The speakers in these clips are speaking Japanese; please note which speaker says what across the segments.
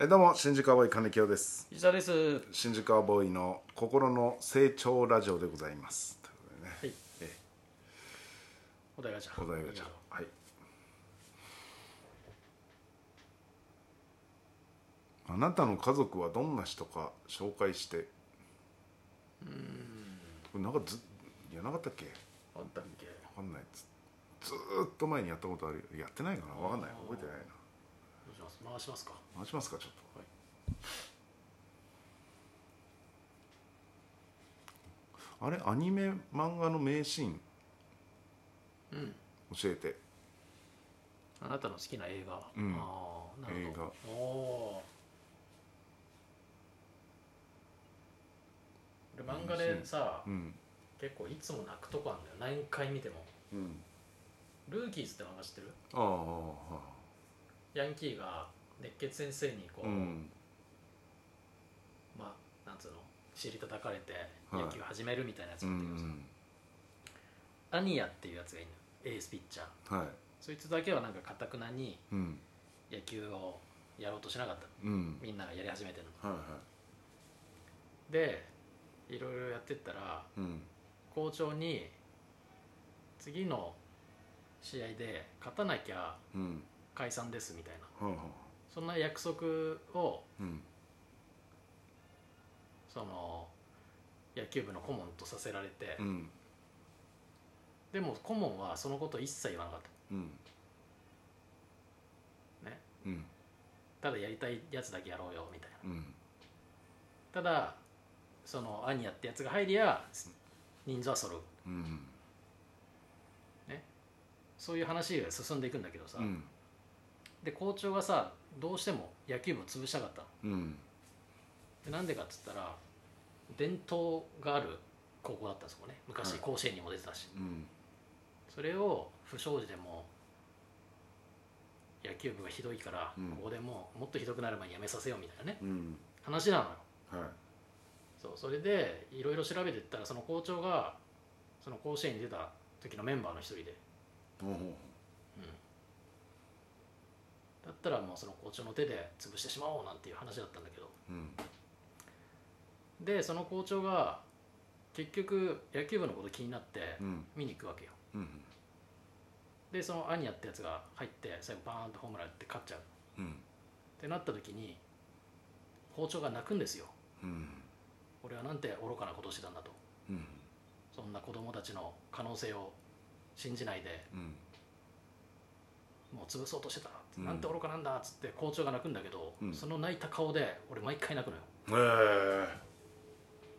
Speaker 1: えどうも新宿アボーイ金清です
Speaker 2: 石田です。は
Speaker 1: 新宿アボーイの心の成長ラジオでございますということでね
Speaker 2: い
Speaker 1: え。
Speaker 2: お題ガチャ。
Speaker 1: お題がじゃあはいあなたの家族はどんな人か紹介してこれなんかずいやなかったっけ
Speaker 2: あったっけ。
Speaker 1: わかんないずずーっと前にやったことあるやってないかなわかんない覚えてないな
Speaker 2: どうします。回しますか。
Speaker 1: 回しますかちょっと、
Speaker 2: はい
Speaker 1: あれアニメ漫画の名シーン
Speaker 2: うん。
Speaker 1: 教えて
Speaker 2: あなたの好きな映画。
Speaker 1: うん
Speaker 2: ああ、なるほど。おおー。俺漫画でさ、
Speaker 1: うん
Speaker 2: 結構いつも泣くとこあんだよ。何回見ても。
Speaker 1: うん
Speaker 2: ルーキーズって漫画知ってる？
Speaker 1: あああ
Speaker 2: ヤンキーが熱血先生にこ
Speaker 1: あ
Speaker 2: う、
Speaker 1: うん
Speaker 2: まあなんつうの、尻叩かれて
Speaker 1: い
Speaker 2: 野球始めるみたいなやつ
Speaker 1: う
Speaker 2: なんんだけどさ、アニヤっていうやつがいるのよ。エースピッチャー。
Speaker 1: うんはい
Speaker 2: そいつだけはなんか堅くなに
Speaker 1: うん
Speaker 2: 野球をやろうとしなかった。
Speaker 1: うん
Speaker 2: みんながやり始めてるの
Speaker 1: はいは
Speaker 2: でいろいろやってったら
Speaker 1: いうん
Speaker 2: 校長に次の試合で勝たなきゃ
Speaker 1: うん
Speaker 2: 解散ですみたいな
Speaker 1: はあはあ
Speaker 2: そんな約束を
Speaker 1: うん
Speaker 2: その野球部の顧問とさせられて、
Speaker 1: うん
Speaker 2: でも顧問はそのことを一切言わなかっ
Speaker 1: うん
Speaker 2: たね
Speaker 1: うん
Speaker 2: ただやりたいやつだけやろうよみたいな
Speaker 1: うん
Speaker 2: ただそのアニヤってやつが入りゃ人数は揃う
Speaker 1: うん
Speaker 2: そういう話が進んでいくんだけどさ、
Speaker 1: うん
Speaker 2: で校長がさどうしても野球部を潰したかったの
Speaker 1: うん
Speaker 2: でなんでかっつったら伝統がある高校だったんですよね昔
Speaker 1: はい
Speaker 2: 甲子園にも出てたし、
Speaker 1: うん
Speaker 2: それを不祥事でも野球部がひどいから、
Speaker 1: うん
Speaker 2: ここでもうもっとひどくなる前にやめさせようみたいなね
Speaker 1: うん
Speaker 2: 話なのよ
Speaker 1: はい
Speaker 2: そうそれでいろいろ調べてったらその校長がその甲子園に出た時のメンバーの一人で
Speaker 1: ほうほうほう
Speaker 2: だったらもうその校長の手で潰してしまおうなんていう話だったんだけど
Speaker 1: うん
Speaker 2: でその校長が結局野球部のこと気になって
Speaker 1: うん
Speaker 2: 見に行くわけよ
Speaker 1: うん
Speaker 2: でそのアニヤってやつが入って最後バーンとホームラン打って勝っちゃうっ
Speaker 1: うん
Speaker 2: てなった時に校長が泣くんですよ
Speaker 1: うん
Speaker 2: 俺はなんて愚かなことをしてたんだと
Speaker 1: うん
Speaker 2: そんな子供たちの可能性を信じないで
Speaker 1: うん
Speaker 2: もう潰そうとしてた、
Speaker 1: うん
Speaker 2: なんて愚かなんだっつって校長が泣くんだけど、
Speaker 1: うん
Speaker 2: その泣いた顔で俺毎回泣くのよ、
Speaker 1: ええ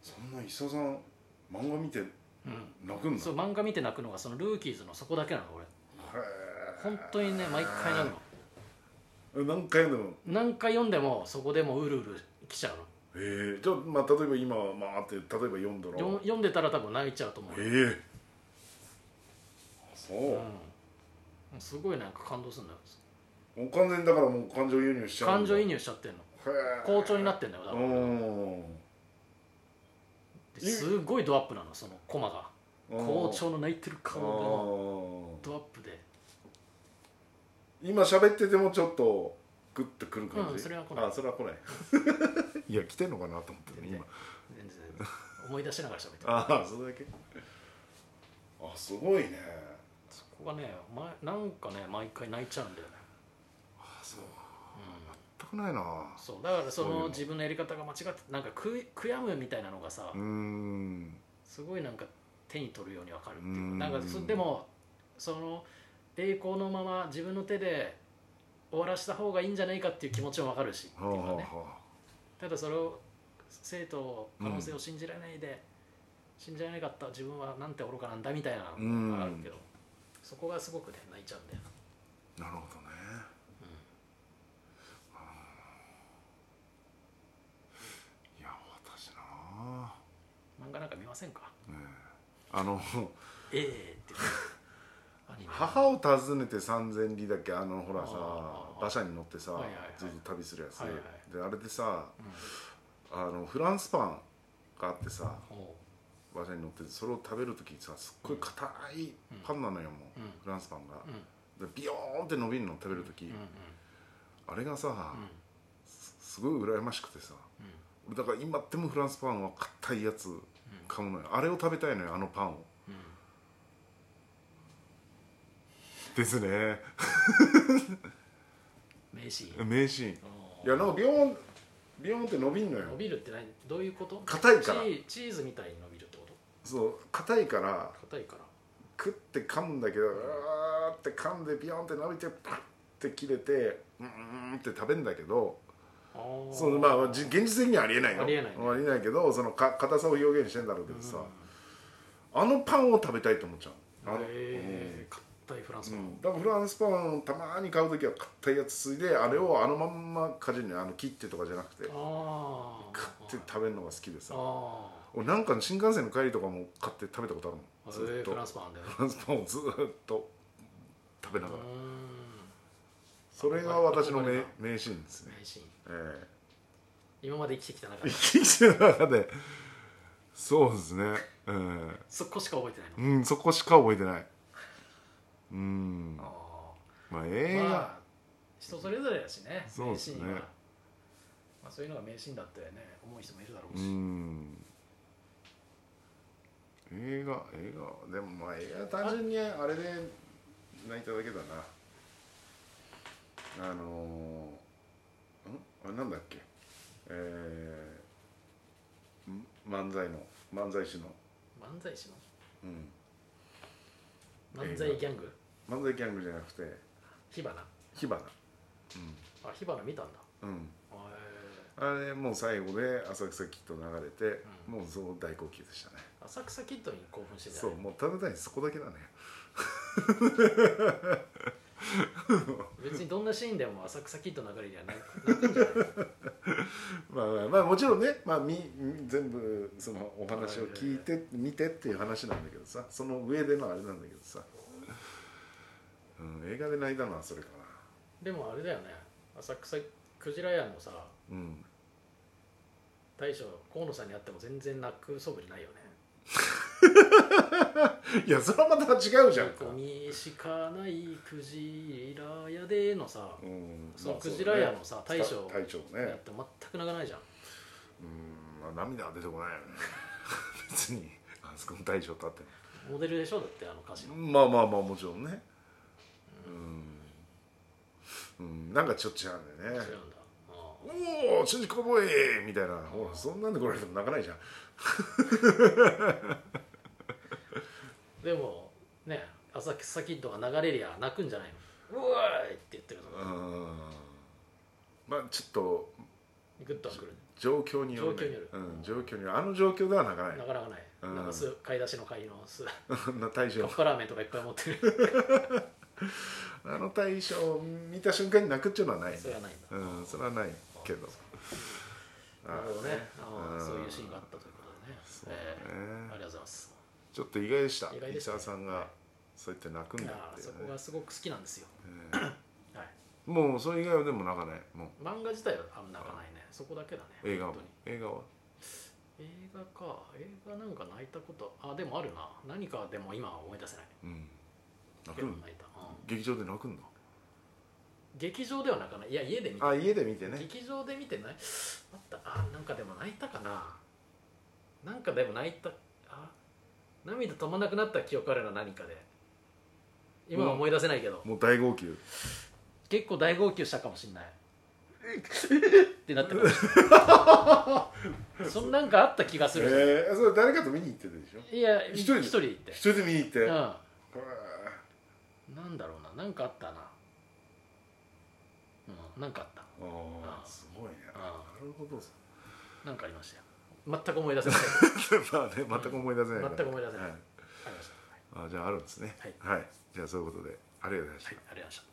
Speaker 1: そんな磯さん漫画見て
Speaker 2: うん
Speaker 1: 泣くんだ
Speaker 2: そう漫画見て泣くのがそのルーキーズのそこだけなの俺
Speaker 1: へ
Speaker 2: 本当にね毎回泣くの
Speaker 1: え何回でも
Speaker 2: 何回読んでもそこでもううるうる来ちゃうの
Speaker 1: ええじゃあ、まあ、例えば今まあって例えば読んだら
Speaker 2: よ読んでたら多分泣いちゃうと思う
Speaker 1: ええあそう、
Speaker 2: うん、すごいなんか感動するんだよ
Speaker 1: もう完全にだからもう感情輸入しちゃうん
Speaker 2: 感
Speaker 1: だ
Speaker 2: 情移
Speaker 1: へ
Speaker 2: 入しちゃってんの
Speaker 1: え
Speaker 2: 好調になってんだよだ
Speaker 1: う
Speaker 2: から
Speaker 1: ん
Speaker 2: ですごいドアップなのそのコマが好調の泣いてる顔の
Speaker 1: ああ
Speaker 2: ドアップで
Speaker 1: 今喋っててもちょっとグッとくる感じ、
Speaker 2: うんそれは来ない
Speaker 1: あそれは来ない いや来てんのかなと思ってね
Speaker 2: 全然
Speaker 1: 今
Speaker 2: 全然思い出しながら喋ってる
Speaker 1: ああそれだけあすごいね
Speaker 2: そこがね前なんかね毎回泣いちゃうんだよね、
Speaker 1: あそう
Speaker 2: う、
Speaker 1: 全くないなん
Speaker 2: そうだから
Speaker 1: そう
Speaker 2: そ
Speaker 1: いうの
Speaker 2: の自分のやり方が間違ってなんか悔い悔やむみたいなのがさ
Speaker 1: うーん
Speaker 2: すごいなんか手に取るようにわかるっていう
Speaker 1: う
Speaker 2: か
Speaker 1: ん
Speaker 2: なんかそでもその栄光のまま自分の手で終わらせた方がいいんじゃないかっていう気持ちもわかるしっていう
Speaker 1: はあ
Speaker 2: の
Speaker 1: は
Speaker 2: は
Speaker 1: あ
Speaker 2: ね
Speaker 1: は
Speaker 2: ただそれを生徒を可能性を信じられないで、信じられなかった自分はなんて愚かなんだみたいなのがあるけど、そこがすごくね泣いちゃうんだよな
Speaker 1: あなるほどね、うん、いや私なあ
Speaker 2: 漫画なんか見ませんか
Speaker 1: ねえあの
Speaker 2: ええっていうアニメ
Speaker 1: 母を訪ねて三千里だっけあのほら
Speaker 2: あ
Speaker 1: さ
Speaker 2: あ
Speaker 1: 馬車に乗ってさ、
Speaker 2: はいはいはい
Speaker 1: ずっと旅するやつ、
Speaker 2: はいはい
Speaker 1: であれでさ
Speaker 2: う
Speaker 1: あのフランスパンがあってさ
Speaker 2: んおう
Speaker 1: 馬車に乗っててそれを食べる時さすっごい硬いパンなのよもう、
Speaker 2: うん
Speaker 1: フランスパンが、
Speaker 2: うん
Speaker 1: でビヨーンって伸びるの食べる時、
Speaker 2: うんうん
Speaker 1: あれがさ、
Speaker 2: うん
Speaker 1: すすごい羨ましくてさ俺だから今でもフランスパンは硬いやつ買うのよあれを食べたいのよあのパンを
Speaker 2: うん
Speaker 1: ですね
Speaker 2: 名刺
Speaker 1: 名シーンい
Speaker 2: おー
Speaker 1: やなんかビヨーンビヨーンって伸びんのよ
Speaker 2: 伸びるって何どういうこと
Speaker 1: 硬いから
Speaker 2: チーチーズみたいに伸びるってこと
Speaker 1: そう硬いから
Speaker 2: 硬いから
Speaker 1: 食って噛むんだけどうわーって噛んでビヨーンって伸びてパッて切れてうーんって食べんだけど
Speaker 2: あー
Speaker 1: そのまあじ現実的にはありえないよ
Speaker 2: ありえないね
Speaker 1: ありえないけどそのか硬さを表現してんだろうけどさ、あのパンを食べたいと思っちゃうあの、
Speaker 2: へえ硬いフランス
Speaker 1: う
Speaker 2: パン、
Speaker 1: ん、だからフランスパンをたまに買う時は硬いやつついであれをあのまんまかじるねあの切ってとかじゃなくて
Speaker 2: ああ
Speaker 1: 食って食べるのが好きでさ
Speaker 2: あ
Speaker 1: 俺なんか新幹線の帰りとかも買って食べたことあ
Speaker 2: あ
Speaker 1: るもんず
Speaker 2: へ
Speaker 1: っ
Speaker 2: え
Speaker 1: と
Speaker 2: フラン
Speaker 1: フ
Speaker 2: スパンで
Speaker 1: ランスパンをずっと食べながらそれが
Speaker 2: あ
Speaker 1: 私の
Speaker 2: 憧れ
Speaker 1: 名
Speaker 2: だ
Speaker 1: 名シーンですね、
Speaker 2: 名シーン
Speaker 1: え
Speaker 2: 今まで生きてきた中
Speaker 1: え
Speaker 2: で
Speaker 1: 生きてる中でそうですねええ
Speaker 2: そこしか覚えてないの、
Speaker 1: うんそこしか覚えてないうん
Speaker 2: あ
Speaker 1: まあ
Speaker 2: ー
Speaker 1: 映画、
Speaker 2: まあ人それぞれだしね
Speaker 1: そうっすね
Speaker 2: 名シーンはまあ、そういうのが名シーンだってね思う人もいるだろう
Speaker 1: う
Speaker 2: し、
Speaker 1: ん映画映画でもまあ映画単純にあれで泣いただけだなあのー、んあれなんだっけえー、ん漫才の漫才師の、
Speaker 2: 漫才師の
Speaker 1: うん、
Speaker 2: 漫才ギャング
Speaker 1: 漫才ギャングじゃなくて
Speaker 2: 火花
Speaker 1: 火花
Speaker 2: あ火花見たんだ
Speaker 1: うん、うん、
Speaker 2: へ
Speaker 1: あれもう最後で浅草キッド流れて、
Speaker 2: うん
Speaker 1: もうそう大号泣でしたね
Speaker 2: ー浅草キッドに興奮してた
Speaker 1: そう
Speaker 2: よね
Speaker 1: もうただ単にそこだけだね
Speaker 2: 別にどんなシーンでも浅草キッドの流れにはななくんじゃない
Speaker 1: まあまあ、まあ、もちろんね、まあ、み全部そのお話を聞いて見てっていう話なんだけどさその上でのあれなんだけどさ、うん、映画で泣いたのはそれか
Speaker 2: でもあれだよね浅草クジラ屋のさ
Speaker 1: なうん
Speaker 2: 大将河野さんに会っても全然泣く素振りないよね
Speaker 1: いやそれはまた違うじゃん
Speaker 2: ここにしかないクジラ屋でのさ
Speaker 1: うん
Speaker 2: その
Speaker 1: まあ
Speaker 2: クジラ屋のさ
Speaker 1: そう
Speaker 2: 大将
Speaker 1: た大将
Speaker 2: や
Speaker 1: ね
Speaker 2: っても全く泣かないじゃん
Speaker 1: うん、まあ、涙は出てこないよね 別にあそこの大将と会って
Speaker 2: モデルでしょだってあの歌詞の
Speaker 1: もまあまあまあもちろんねうん、うん、なんかちょっと違うんだよ
Speaker 2: 違う
Speaker 1: ね
Speaker 2: んだああ
Speaker 1: おお、チェンジコボーイみたいな、ほら、そんなんで来られても泣かないじゃん。
Speaker 2: でもね浅草キッドが流れりゃ泣くんじゃないのうわーいって言ってるの
Speaker 1: う
Speaker 2: が
Speaker 1: ん。まあ、ちょっと、
Speaker 2: グッとはくる
Speaker 1: 状況による、ね。
Speaker 2: 状況による
Speaker 1: うん、状況による。あの状況では泣かない
Speaker 2: な。かなかない
Speaker 1: うん
Speaker 2: なんかす買い出しの買いの す
Speaker 1: あの大
Speaker 2: カッ
Speaker 1: 将。
Speaker 2: プラーメンとかいっぱい持ってる
Speaker 1: あの大将を見た瞬間に泣くっていうのはない、ね。
Speaker 2: それはないんだ
Speaker 1: うん、それはないけど。
Speaker 2: なるほどねあ
Speaker 1: う
Speaker 2: あ
Speaker 1: ん
Speaker 2: そういうシーンがあったということでね
Speaker 1: そう
Speaker 2: ええあ
Speaker 1: ね。
Speaker 2: りがとうございます
Speaker 1: ちょっと意外でした。
Speaker 2: 意外でした
Speaker 1: 伊沢さんが。そうやって泣くんだ
Speaker 2: ああ
Speaker 1: ってい
Speaker 2: そうこ
Speaker 1: ね、
Speaker 2: がすごく好きなんですよ、はい、
Speaker 1: もうそれ以外はでも泣かないも
Speaker 2: 漫画自体はあんま泣かないねそこだけだね
Speaker 1: う映画も
Speaker 2: 本
Speaker 1: 映画は
Speaker 2: 当に映画か映画なんか泣いたことあでもあるな何かでも今は思い出せない
Speaker 1: うん泣
Speaker 2: け
Speaker 1: く
Speaker 2: ど
Speaker 1: んだ
Speaker 2: 泣いた、うん
Speaker 1: 劇場で泣くんだ
Speaker 2: 劇場では泣かないいや家で見て
Speaker 1: あ家で見てね
Speaker 2: 劇場で見てないあったあなんかでも泣いたかななんかでも泣いたあ涙止まなくなった記憶あるな何かで今は思い出せないけど、
Speaker 1: もう大号泣
Speaker 2: 結構大号泣したかもしんないってなってました そんなんかあった気がする、
Speaker 1: えー、それ誰かと見に行ってたでしょ
Speaker 2: いや
Speaker 1: 一人で
Speaker 2: 一人で行って
Speaker 1: 一人で見に行って、
Speaker 2: う
Speaker 1: うんわ
Speaker 2: なんだろうななんかあったなうんなんかあっ
Speaker 1: あーすごいね
Speaker 2: うん
Speaker 1: なるほど
Speaker 2: たなんかありましたよ全く思い出せない
Speaker 1: まあね全く思い出せないから
Speaker 2: 全く思い出せない
Speaker 1: はい
Speaker 2: ありましたはい
Speaker 1: あじゃああるんですね
Speaker 2: はい
Speaker 1: じゃあそういうことでありがとうございました、
Speaker 2: はいありがとうございました